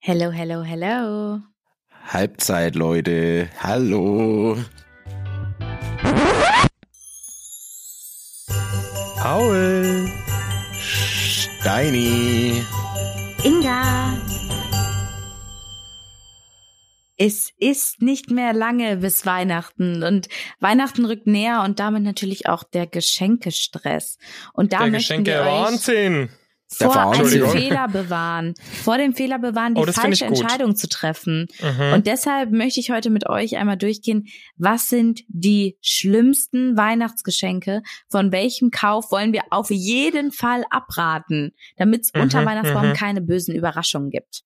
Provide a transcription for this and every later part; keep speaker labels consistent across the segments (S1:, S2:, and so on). S1: Hello, hello, hello.
S2: Halbzeit, Leute. Hallo. Paul. Steini.
S1: Inga. Es ist nicht mehr lange bis Weihnachten und Weihnachten rückt näher und damit natürlich auch der Geschenkestress. Und da
S3: Der
S1: möchten
S3: Geschenke
S1: wir euch
S3: Wahnsinn.
S2: Der
S1: vor einem
S2: Entschuldigung.
S1: Fehler bewahren, vor dem Fehler bewahren, die
S3: Oh, das find ich
S1: falsche
S3: gut.
S1: Entscheidung zu treffen.
S3: Mhm.
S1: Und deshalb möchte ich heute mit euch einmal durchgehen, was sind die schlimmsten Weihnachtsgeschenke, von welchem Kauf wollen wir auf jeden Fall abraten, damit es
S3: Mhm,
S1: unter Weihnachtsbaum
S3: mhm.
S1: keine bösen Überraschungen gibt.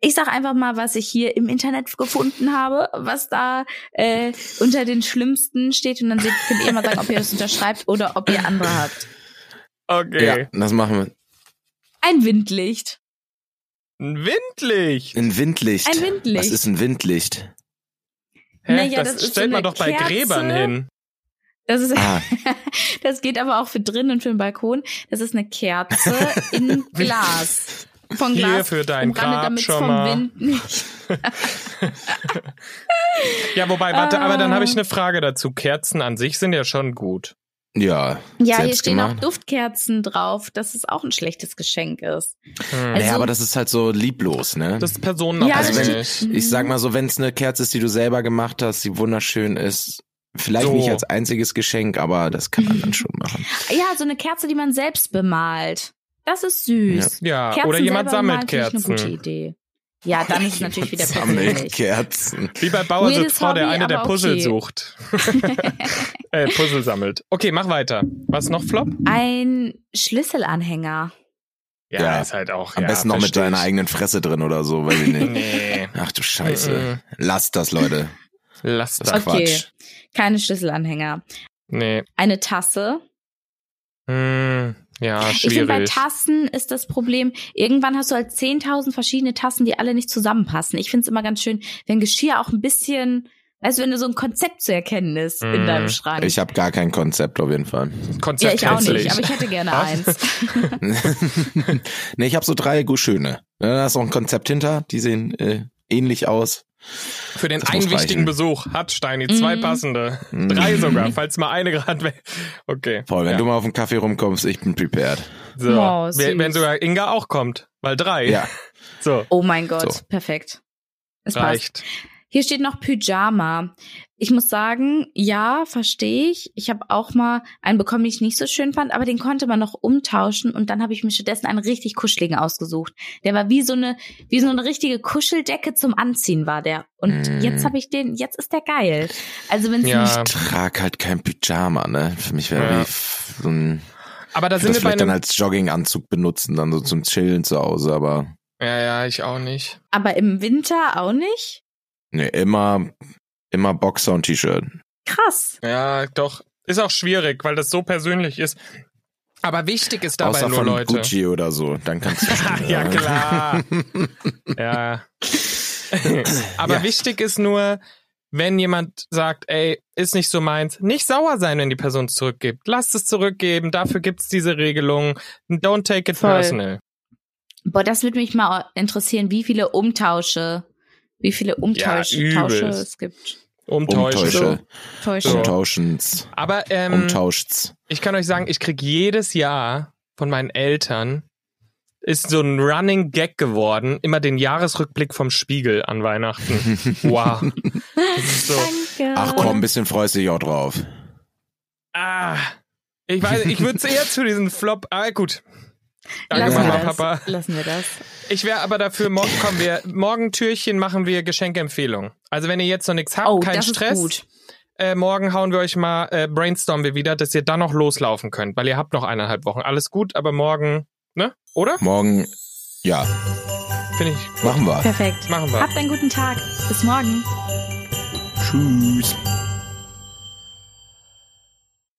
S1: Ich sag einfach mal, was ich hier im Internet gefunden habe, was da äh, unter den schlimmsten steht und dann seht- könnt ihr mal sagen, ob ihr das unterschreibt oder ob ihr andere habt.
S3: okay.
S2: Ja, das machen wir.
S1: Ein Windlicht.
S3: Ein Windlicht.
S2: Ein Windlicht.
S1: Ein Windlicht.
S2: Was ist ein Windlicht?
S3: Hä?
S1: Naja,
S3: das
S1: das ist so
S3: stellt man
S1: eine
S3: doch bei
S1: Kerze.
S3: Gräbern hin.
S1: Das ist
S2: Ah,
S1: Das geht aber auch für drinnen und für den Balkon. Das ist eine Kerze in Glas. Von
S3: Hier
S1: Glas.
S3: für dein
S1: umrandet,
S3: Grab
S1: damit's
S3: schon
S1: vom
S3: mal.
S1: Wind nicht.
S3: Ja, wobei, warte,
S1: Ah.
S3: aber dann habe ich eine Frage dazu. Kerzen an sich sind ja schon gut.
S2: ja.
S1: Ja, hier
S2: selbst
S1: stehen auch
S2: gemacht.
S1: Duftkerzen drauf, dass es auch ein schlechtes Geschenk ist.
S3: Hm.
S1: Also-
S2: naja, aber das ist halt so lieblos, ne?
S3: das ist personenabhängig.
S1: das steht-
S2: ich sag mal so, wenn es eine Kerze ist, die du selber gemacht hast, die wunderschön ist, vielleicht
S3: So.
S2: nicht als einziges Geschenk, aber das kann man dann schon machen.
S1: Ja, so eine Kerze, die man selbst bemalt. Das ist süß.
S3: ja, Ah,
S1: Kerzen
S3: oder jemand
S1: selber bemalen
S3: sammelt
S1: finde ich Eine gute
S3: Kerzen.
S1: Idee. Ja, dann ist es natürlich wieder
S2: Sammelt
S1: persönlich.
S2: Kerzen.
S3: Wie bei Bauer sucht
S1: Weirdes
S3: Frau, der
S1: Hobby,
S3: eine, der
S1: aber
S3: Puzzle
S1: okay.
S3: sucht. äh, Puzzle sammelt. Okay, mach weiter. Was noch, Flop?
S1: Ein Schlüsselanhänger.
S2: Ja.
S3: ist halt auch.
S2: Am
S3: ja,
S2: besten noch mit
S3: versteh ich.
S2: deiner eigenen Fresse drin oder so, weiß ich nicht.
S3: Nee,
S2: Ach du Scheiße.
S3: Mhm.
S2: Lasst das, Leute.
S3: lass
S2: Das
S3: das.
S2: ist
S1: Okay.
S2: Quatsch.
S1: Keine Schlüsselanhänger.
S3: Nee.
S1: Eine Tasse.
S3: Hm. Ja,
S1: Ich finde, bei
S3: schwierig.
S1: Tassen ist das Problem, irgendwann hast du halt 10.000 verschiedene Tassen, die alle nicht zusammenpassen. Ich finde es immer ganz schön, wenn Geschirr auch ein bisschen, weißt du, wenn du so ein Konzept zu erkennen ist in
S3: Mm,
S1: deinem Schrank.
S2: Ich habe gar kein Konzept auf jeden Fall.
S1: ja,
S3: Konzept
S1: ich auch nicht,
S3: hässlich.
S1: aber ich hätte gerne
S3: Was?
S1: eins.
S2: nee, ich habe so drei gut schöne. Da ist auch ein Konzept hinter, die sehen äh, ähnlich aus.
S3: Für den
S2: Das muss
S3: einen wichtigen
S2: reichen.
S3: Besuch hat Steini zwei
S1: Mhm.
S3: passende.
S2: Mhm.
S3: Drei sogar, falls mal eine gerade wäre. Okay.
S2: Paul, wenn
S3: ja.
S2: du mal auf den Kaffee rumkommst, ich bin prepared.
S3: so.
S1: Oh, süß.
S3: wenn, wenn sogar Inga auch kommt, weil drei.
S2: Ja.
S3: So,
S1: Oh mein Gott,
S2: So.
S1: perfekt. Es passt.
S3: reicht.
S1: Hier steht noch Pyjama. Ich muss sagen, ja, verstehe ich. Ich habe auch mal einen bekommen, den ich nicht so schön fand, aber den konnte man noch umtauschen und dann habe ich mir stattdessen einen richtig kuscheligen ausgesucht. Der war wie so eine wie so eine richtige Kuscheldecke zum Anziehen war der. Und
S2: Mm.
S1: jetzt habe ich den, jetzt ist der geil. Also wenn es
S3: Mhm. Ja.
S2: Trag halt kein Pyjama, ne? Für mich wäre
S3: Ja.
S2: wie f- so ein,
S3: Aber da
S2: ich würd
S3: sind
S2: das
S3: wir bei
S2: vielleicht
S3: einem.
S2: dann als Jogginganzug benutzen, dann so zum Chillen zu Hause, aber
S3: ja, ja, ich auch nicht.
S1: aber im Winter auch nicht.
S2: ne, immer immer Boxer und T-Shirt.
S1: Krass.
S3: Ja, doch. Ist auch schwierig, weil das so persönlich ist. Aber wichtig ist dabei
S2: Außer
S3: nur
S2: von
S3: Leute.
S2: Gucci oder so, dann kannst du schon,
S3: ja,
S2: ne?
S3: klar. ja. Aber
S2: Ja.
S3: wichtig ist nur, wenn jemand sagt, ey, ist nicht so meins, nicht sauer sein, wenn die Person es zurückgibt. Lasst es zurückgeben, dafür gibt's diese Regelung. Don't take it
S1: Voll.
S3: personal.
S1: Boah, das würde mich mal interessieren, wie viele Umtausche, wie viele Umtausche
S3: übelst.
S1: Tausche es gibt.
S3: Umtäusche.
S2: Umtäusche,
S1: Täusche.
S3: So.
S2: umtauschens,
S3: Aber ähm,
S2: umtauscht's.
S3: ich kann euch sagen, ich krieg jedes Jahr von meinen Eltern ist so ein Running Gag geworden, immer den Jahresrückblick vom Spiegel an Weihnachten. Wow. Das ist so.
S1: Danke.
S2: Ach komm, ein bisschen freust du dich auch drauf.
S3: Ah, ich weiß, ich würde eher zu diesem Flop. Ah, gut. Danke,
S1: Lassen
S3: Mama,
S1: wir das.
S3: Papa.
S1: Lassen wir das.
S3: Ich wäre aber dafür, morgen kommen wir, morgen Türchen machen wir Geschenkempfehlung. Also wenn ihr jetzt noch nichts habt,
S1: Oh,
S3: kein
S1: das ist
S3: Stress.
S1: gut.
S3: Äh, morgen hauen wir euch mal, äh, brainstormen wir wieder, dass ihr dann noch loslaufen könnt, weil ihr habt noch eineinhalb Wochen. Alles gut, aber morgen, ne? Oder?
S2: Morgen, ja,
S3: Finde ich.
S2: machen wir.
S1: Perfekt.
S3: Machen wir.
S1: Habt einen guten Tag. Bis morgen.
S2: Tschüss.